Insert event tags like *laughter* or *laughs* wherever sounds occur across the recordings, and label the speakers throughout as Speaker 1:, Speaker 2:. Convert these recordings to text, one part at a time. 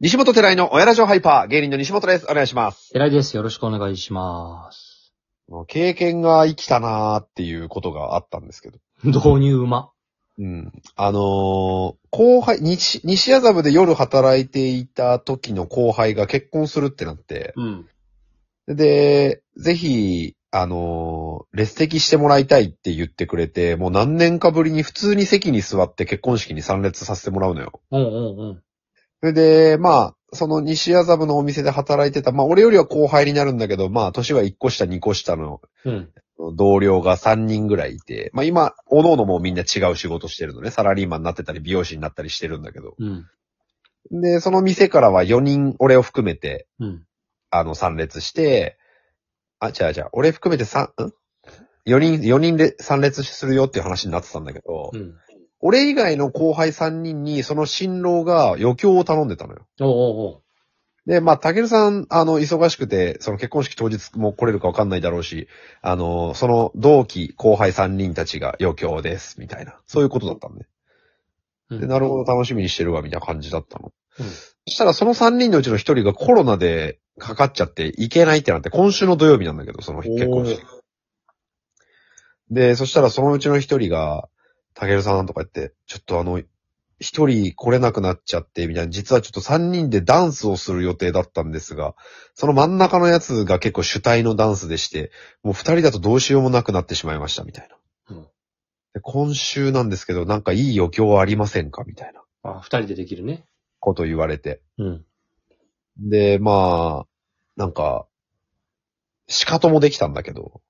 Speaker 1: 西本寺井の親ラジオハイパー、芸人の西本です。お願いします。
Speaker 2: 偉いです。よろしくお願いします。
Speaker 1: もう経験が生きたなーっていうことがあったんですけど。
Speaker 2: 導入馬。
Speaker 1: うん。あのー後輩、西、西麻布で夜働いていた時の後輩が結婚するってなって、
Speaker 2: うん。
Speaker 1: で、ぜひ、あのー列席してもらいたいって言ってくれて、もう何年かぶりに普通に席に座って結婚式に参列させてもらうのよ。
Speaker 2: うんうん
Speaker 1: それで、まあ、その西麻布のお店で働いてた、まあ俺よりは後輩になるんだけど、まあ年は1個下2個下の
Speaker 2: うん。うん。
Speaker 1: 同僚が3人ぐらいいて、まあ今、おのおのもうみんな違う仕事してるのね。サラリーマンになってたり、美容師になったりしてるんだけど。
Speaker 2: うん。
Speaker 1: で、その店からは4人、俺を含めて、
Speaker 2: うん。
Speaker 1: あの、参列して、あ、違う違う、俺含めて3、ん ?4 人、四人で参列するよっていう話になってたんだけど、
Speaker 2: うん。
Speaker 1: 俺以外の後輩3人に、その新郎が余興を頼んでたのよ。
Speaker 2: おうおうおう。
Speaker 1: で、まあ、たけるさん、あの、忙しくて、その結婚式当日も来れるかわかんないだろうし、あの、その同期、後輩3人たちが余興です、みたいな。そういうことだったんで。
Speaker 2: うん
Speaker 1: で、なるほど、楽しみにしてるわ、みたいな感じだったの。
Speaker 2: うん
Speaker 1: そしたら、その3人のうちの1人がコロナでかかっちゃって、行けないってなって、今週の土曜日なんだけど、その結婚式。で、そしたら、そのうちの1人が、たけるさんとか言って、ちょっとあの、一人来れなくなっちゃって、みたいな。実はちょっと三人でダンスをする予定だったんですが、その真ん中のやつが結構主体のダンスでして、もう二人だとどうしようもなくなってしまいました、みたいな。
Speaker 2: うん
Speaker 1: で今週なんですけど、なんかいい余興はありませんかみたいな
Speaker 2: あ、二人でできるね。
Speaker 1: こと言われて。
Speaker 2: うん。
Speaker 1: で、まあ、なんか、仕方もできたんだけど、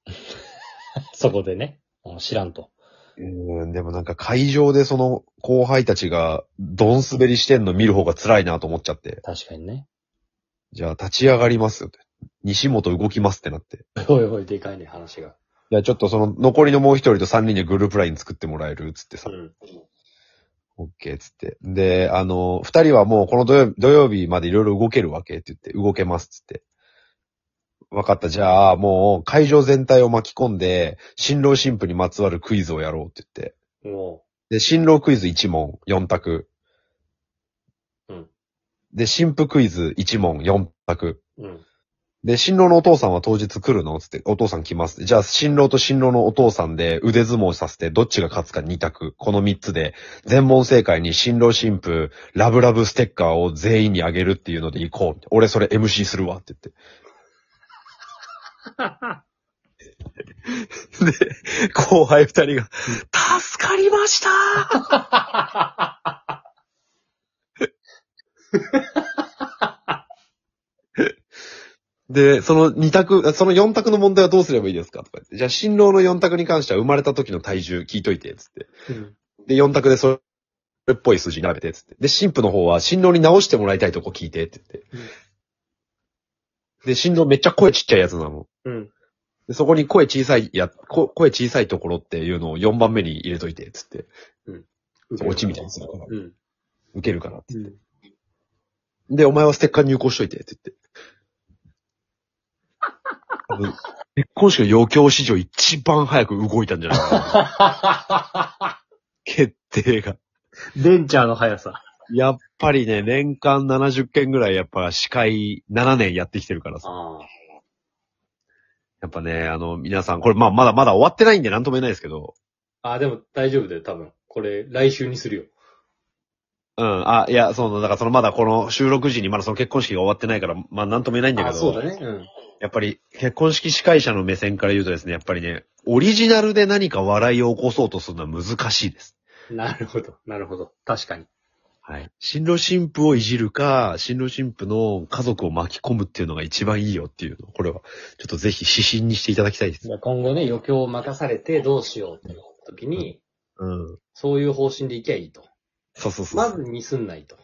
Speaker 2: そこでね。うん知らんと。
Speaker 1: うん、でもなんか会場でその後輩たちがドン滑りしてんの見る方が辛いなと思っちゃって。
Speaker 2: 確かにね。
Speaker 1: じゃあ立ち上がりますよって。西本動きますってなって。
Speaker 2: おいおい、でかいね、話が。
Speaker 1: いや、ちょっとその残りのもう一人と三人でグループライン作ってもらえるつってさ、
Speaker 2: ん。
Speaker 1: オッケーつって。で、あの、二人はもうこの土曜日土曜日までいろいろ動けるわけって言って、動けますつって。わかった。じゃあ、もう会場全体を巻き込んで、新郎新婦にまつわるクイズをやろうって言って。
Speaker 2: も
Speaker 1: で、新郎クイズ1問、4択。
Speaker 2: うん。
Speaker 1: で、新婦クイズ1問、4択。
Speaker 2: *laughs* う。うん。
Speaker 1: で、新郎のお父さんは当日来るのつって、お父さん来ます。じゃあ、新郎と新郎のお父さんで腕相撲させて、どっちが勝つか2択。この3つで、全問正解に新郎新婦、ラブラブステッカーを全員にあげるっていうので行こう。俺それ MC するわって言って。で、後輩2人が、助かりました
Speaker 2: *laughs*
Speaker 1: ーで、その2択、その4択の問題はどうすればいいですかとか言って。じゃあ、新郎の4択に関しては生まれた時の体重聞いといて、つって。
Speaker 2: うん。
Speaker 1: で、4択でそれっぽい数字並べて、つって。で、新婦の方は、新郎に直してもらいたいとこ聞いて、って言っ
Speaker 2: うん
Speaker 1: て。で、新郎めっちゃ声ちっちゃいやつなの。
Speaker 2: うん。
Speaker 1: で、そこに声小さいや、こ声小さいところっていうのを4番目に入れといて、つって。落ちみたいにするから。
Speaker 2: うん。
Speaker 1: 受けるから。って
Speaker 2: うん。
Speaker 1: で、お前はステッカー入稿しといて、って言って。多分結婚式の余興史上一番早く動いたんじゃないか
Speaker 2: *laughs*
Speaker 1: な。決定が。
Speaker 2: ベンチャーの速さ。
Speaker 1: やっぱりね、年間70件ぐらいやっぱ司会7年やってきてるからさ。
Speaker 2: ああ。
Speaker 1: やっぱね、あの、皆さん、これまあまだまだ終わってないんでなんとも言えないですけど。
Speaker 2: あ、でも大丈夫だよ、多分。これ、来週にするよ。
Speaker 1: うん、あ、いや、その、だからそのまだこの収録時にまだその結婚式が終わってないから、まあなんとも言えないんだけ
Speaker 2: あ、
Speaker 1: ど。
Speaker 2: そうだね。うん。
Speaker 1: やっぱり結婚式司会者の目線から言うとですね、やっぱりね、オリジナルで何か笑いを起こそうとするのは難しいです。
Speaker 2: なるほど、なるほど。確かに。
Speaker 1: はい。新郎新婦をいじるか、新郎新婦の家族を巻き込むっていうのが一番いいよっていうの。これは、ちょっとぜひ指針にしていただきたいです。
Speaker 2: じゃあ今後ね、余興を任されてどうしようっていう時に、
Speaker 1: うん。
Speaker 2: そういう方針でいきゃいいと。
Speaker 1: そうそうそう。
Speaker 2: まず、ミスんないと。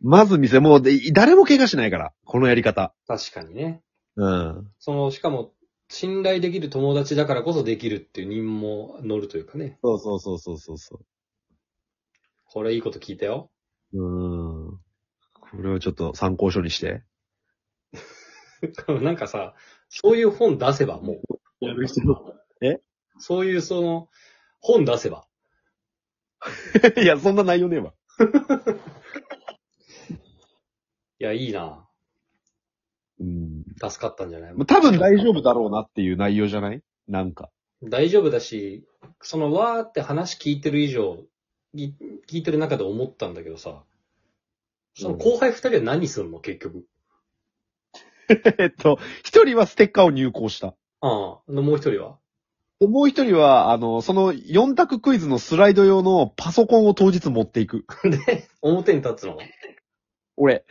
Speaker 1: まず店、もうで、誰も怪我しないから、このやり方。
Speaker 2: 確かにね。
Speaker 1: うん。
Speaker 2: その、しかも、信頼できる友達だからこそできるっていう任も乗るというかね。
Speaker 1: そうそうそうそうそうそ
Speaker 2: これいいこと聞いたよ。 *laughs*
Speaker 1: う。うん。これをちょっと参考書にして。
Speaker 2: なんかさ、そういう本出せばもう。
Speaker 1: やる人の。
Speaker 2: そういうその、本出せば。
Speaker 1: *laughs* いや、そんな内容ねえわ。
Speaker 2: いや、いいな。
Speaker 1: うん。
Speaker 2: 助かったんじゃない
Speaker 1: まあ多分大丈夫だろうなっていう内容じゃないなんか。 *laughs*
Speaker 2: 大丈夫だし、そのわーって話聞いてる以上、い聞いてる中で思ったんだけどさ、その後輩二人は何すんの結局。
Speaker 1: えっと、一人はステッカーを入稿した。
Speaker 2: ああ、のもう一人は
Speaker 1: でもう一人は、あの、その4択クイズのスライド用のパソコンを当日持っていく。
Speaker 2: *laughs* で、表に立つの
Speaker 1: 俺。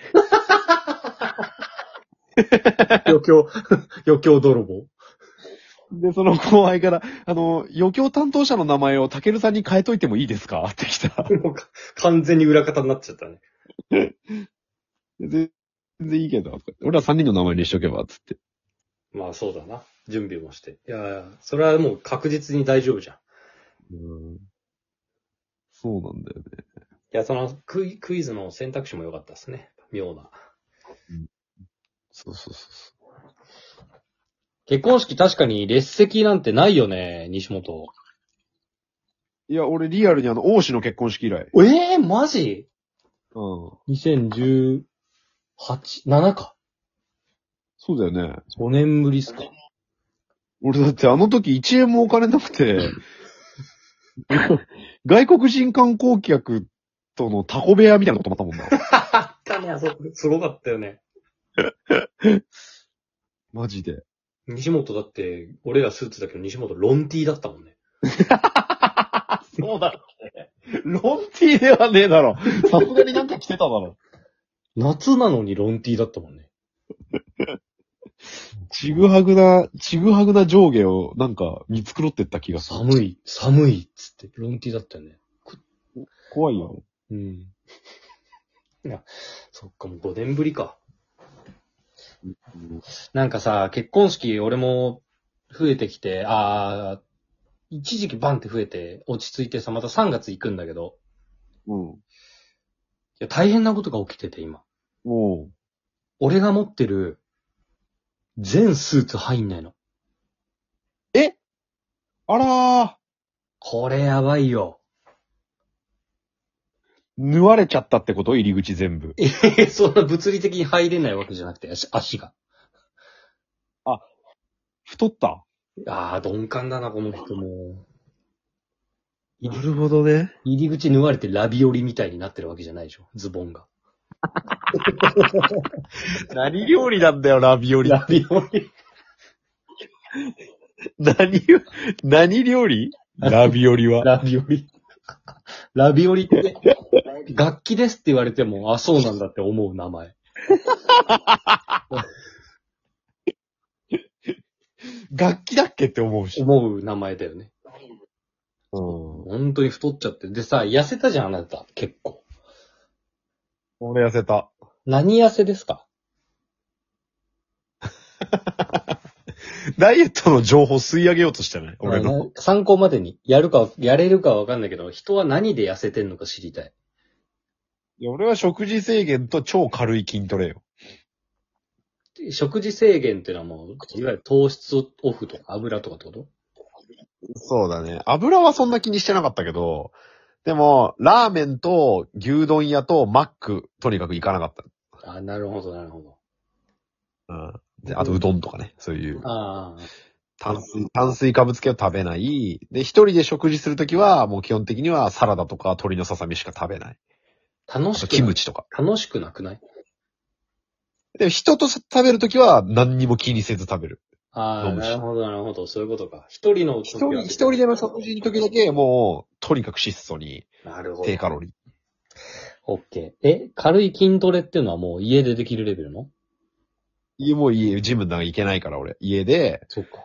Speaker 2: 余興、 *laughs* 余興泥棒。
Speaker 1: で、その後輩から、あの、余興担当者の名前をタケルさんに変えといてもいいですかって来た。
Speaker 2: もうか完全に裏方になっちゃったね。
Speaker 1: 全然いいけど、俺ら3人の名前にしとけば、つって。
Speaker 2: まあそうだな。準備もして。いやいや、それはもう確実に大丈夫じゃん。い
Speaker 1: うん。そうなんだよね。
Speaker 2: や、そのクイクイズの選択肢も良かったですね。妙な。
Speaker 1: そうそうそうそ
Speaker 2: 結婚式確かに列席なんてないよね、西本。
Speaker 1: う。いや、俺リアルにあの、王子の結婚式以来。
Speaker 2: ええマジ
Speaker 1: うん。
Speaker 2: ?2018、7か。
Speaker 1: そうだよね。
Speaker 2: 5年ぶりっすか。
Speaker 1: 俺だってあの時1円もお金なく *laughs* て、外国人観光客とのタコ部屋みたいなこともあったもんな。
Speaker 2: あったね、あそこ。すごかったよね。
Speaker 1: マジで。
Speaker 2: 西本だって、俺らスーツだけど西本ロンティーだったもんね。
Speaker 1: そうだロンティーではねえだろ。さすがになんか着てただろ。
Speaker 2: 夏なのにロンティーだったもんね。
Speaker 1: ちぐはぐな、ちぐはぐな上下をなんか見繕ってった気がする。
Speaker 2: 寒い、寒いっつって、ロンティーだったよね。
Speaker 1: 怖いよ。
Speaker 2: *laughs* うん。いや、そっか、もう5年ぶりか。なんかさ、結婚式俺も増えてきて、ああ、一時期バンって増えて、落ち着いてさ、また3月行くんだけど、
Speaker 1: うん。
Speaker 2: いや、大変なことが起きてて今。
Speaker 1: もう。
Speaker 2: 俺が持ってる、全スーツ入んないの。
Speaker 1: あらー、
Speaker 2: これやばいよ。
Speaker 1: 縫われちゃったってこと入り口全部。
Speaker 2: *laughs* えへへそんな物理的に入れないわけじゃなくて、足足が。
Speaker 1: 太った
Speaker 2: ああ、鈍感だな、この人も。入り
Speaker 1: るほどね。
Speaker 2: 入り口縫われてラビオリみたいになってるわけじゃないでしょ、ズボンが。
Speaker 1: 何料理なんだよ、ラビオリ。
Speaker 2: ラビオリ
Speaker 1: *laughs* 何、何料理ラビオリは。
Speaker 2: ラビオリ。ラビオリって、楽器ですって言われても、あ、そうなんだって思う名前。
Speaker 1: 楽器だっけって思うし。
Speaker 2: 思う名前だよね。
Speaker 1: うん。
Speaker 2: 本当に太っちゃって。でさ、痩せたじゃん、あなた。結構。
Speaker 1: 俺痩せた。
Speaker 2: 何痩せですか
Speaker 1: ダイエットの情報吸い上げようとしてない俺の。
Speaker 2: な参考までに、やるか、やれるかわかんないけど、人は何で痩せてんのか知りたい。
Speaker 1: いや俺は食事制限と超軽い筋トレよ。
Speaker 2: 食事制限っていうのはもう、いわゆる糖質オフとか油とかってこと
Speaker 1: そうだね。油はそんな気にしてなかったけど、でも、ラーメンと牛丼屋とマック、とにかく行かなかっ
Speaker 2: あ、なるほど、なるほど。
Speaker 1: た。うん。で、あとうどんとかね、そういう。
Speaker 2: ああ。
Speaker 1: 炭水、炭水化物系を食べない。で、一人で食事するときは、もう基本的にはサラダとか鶏のささみしか食べない。
Speaker 2: 楽
Speaker 1: あ
Speaker 2: し
Speaker 1: と
Speaker 2: く
Speaker 1: キ
Speaker 2: な
Speaker 1: ム、チとか。
Speaker 2: 楽しくなくない
Speaker 1: で、人と食べるときは何にも気にせず食べる。
Speaker 2: ああ、
Speaker 1: 飲むし
Speaker 2: なるほど、なるほど。そういうことか。一人の
Speaker 1: 一人、一人での食事のときだけ、もう、とにかく質素に、
Speaker 2: なるほど
Speaker 1: 低。カロリー。
Speaker 2: オッケー。え、軽い筋トレっていうのはもう家でできるレベルの
Speaker 1: 家もう家、ジムなんか行けないから俺。家で、
Speaker 2: そっか。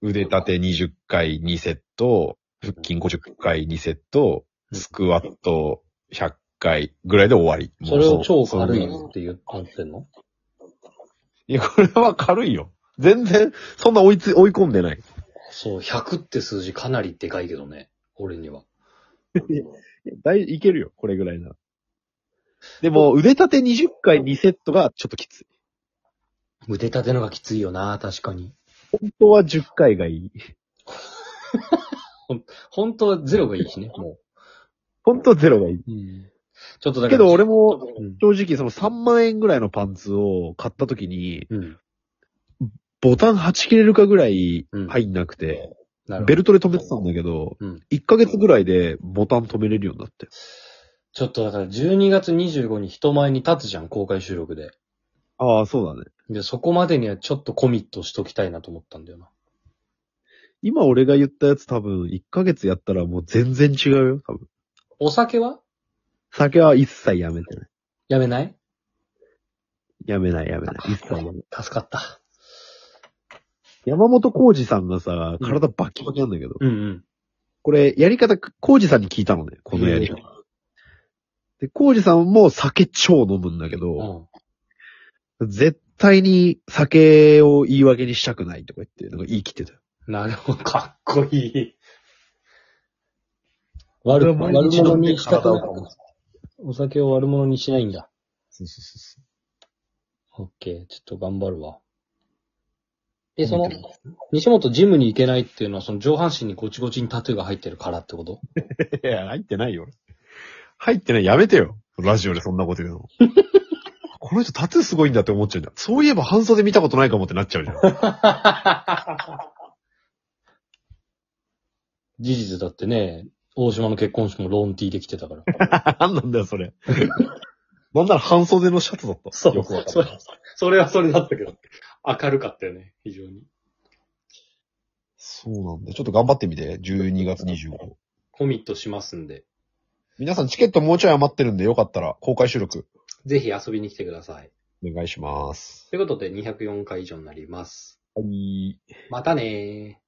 Speaker 1: 腕立て20回2セット、腹筋50回2セット、スクワット100回ぐらいで終わり。
Speaker 2: それを
Speaker 1: もう
Speaker 2: 超
Speaker 1: その
Speaker 2: 軽いって言ってんの
Speaker 1: いや、これは軽いよ。全然、そんな追いつ、追い込んでない。
Speaker 2: そう、100って数字かなりでかいけどね。俺には。
Speaker 1: だい、いけるよ、これぐらいなら。でも、腕立て20回2セットがちょっときつい。
Speaker 2: 腕立てのがきついよな、確かに。
Speaker 1: 本当は10回がいい。
Speaker 2: 本当はゼロがいいしね、も
Speaker 1: 本当はゼロがいい。
Speaker 2: う。うん。ちょっとだ
Speaker 1: けど俺も、
Speaker 2: うん。
Speaker 1: 正直その3万円ぐらいのパンツを買った時に、
Speaker 2: うん。
Speaker 1: ボタンはち切れるかぐらい
Speaker 2: うん
Speaker 1: 入んなくて、
Speaker 2: なるほ
Speaker 1: ベ
Speaker 2: ど。
Speaker 1: ルトで止めてたんだけど、
Speaker 2: うん
Speaker 1: 1ヶ月ぐらいでボタン止めれるようになって。
Speaker 2: ちょっとだから12月25に人前に立つじゃん、公開収録で。
Speaker 1: ああ、そうだね。
Speaker 2: で、そこまでにはちょっとコミットしときたいなと思ったんだよな。
Speaker 1: 今俺が言ったやつ多分1ヶ月やったらもう全然違うよ、多分。
Speaker 2: お酒は
Speaker 1: 酒は一切やめてない。
Speaker 2: やめない
Speaker 1: やめない、やめない。一切やめない。
Speaker 2: 助かった。
Speaker 1: 山本浩二さんがさ、
Speaker 2: うん
Speaker 1: 体バキバキなんだけど、
Speaker 2: うんうん。
Speaker 1: これやり方、浩二さんに聞いたのね、このやり方。で、浩二さんも酒超飲むんだけ
Speaker 2: う
Speaker 1: ど、
Speaker 2: ん。
Speaker 1: 絶対に酒を言い訳にしたくないとか言って、なんか言い切ってたよ。
Speaker 2: なるほど、かっこいい。悪
Speaker 1: 俺は毎
Speaker 2: 悪
Speaker 1: 日飲
Speaker 2: 者
Speaker 1: んで
Speaker 2: にしたく
Speaker 1: 体
Speaker 2: な
Speaker 1: を
Speaker 2: い
Speaker 1: かむ。
Speaker 2: お酒を悪者にしないんだ。
Speaker 1: そうそうそうそう。
Speaker 2: オッケー、ちょっと頑張るわ。で、そ
Speaker 1: うん
Speaker 2: の、西本ジムに行けないっていうのは、その上半身にゴチゴチにタトゥーが入ってるからってこと *laughs*
Speaker 1: いや、入ってないよ。俺入ってない。やめてよ。ラジオでそんなこと言う
Speaker 2: *laughs*
Speaker 1: の。この人タトゥーすごいんだって思っちゃうんだ。そういえば半袖見たことないかもってなっちゃうじゃん。 *laughs*
Speaker 2: 事実だってね、大島の結婚式もローンティーで来てたから。
Speaker 1: なんなんだよ、それ。 *laughs* なんなら半袖のシャツだった。よくわかんない
Speaker 2: れ、 *laughs* それはそれだったけど、明るかったよね、非常に。
Speaker 1: そうなんだ。ちょっと頑張ってみて。12月25日。
Speaker 2: コミットしますんで、
Speaker 1: 皆さんチケットもうちょい余ってるんで、よかったら公開収録
Speaker 2: ぜひ遊びに来てください。
Speaker 1: お願いします。
Speaker 2: ということで、204回以上になります。
Speaker 1: はい。
Speaker 2: またねー。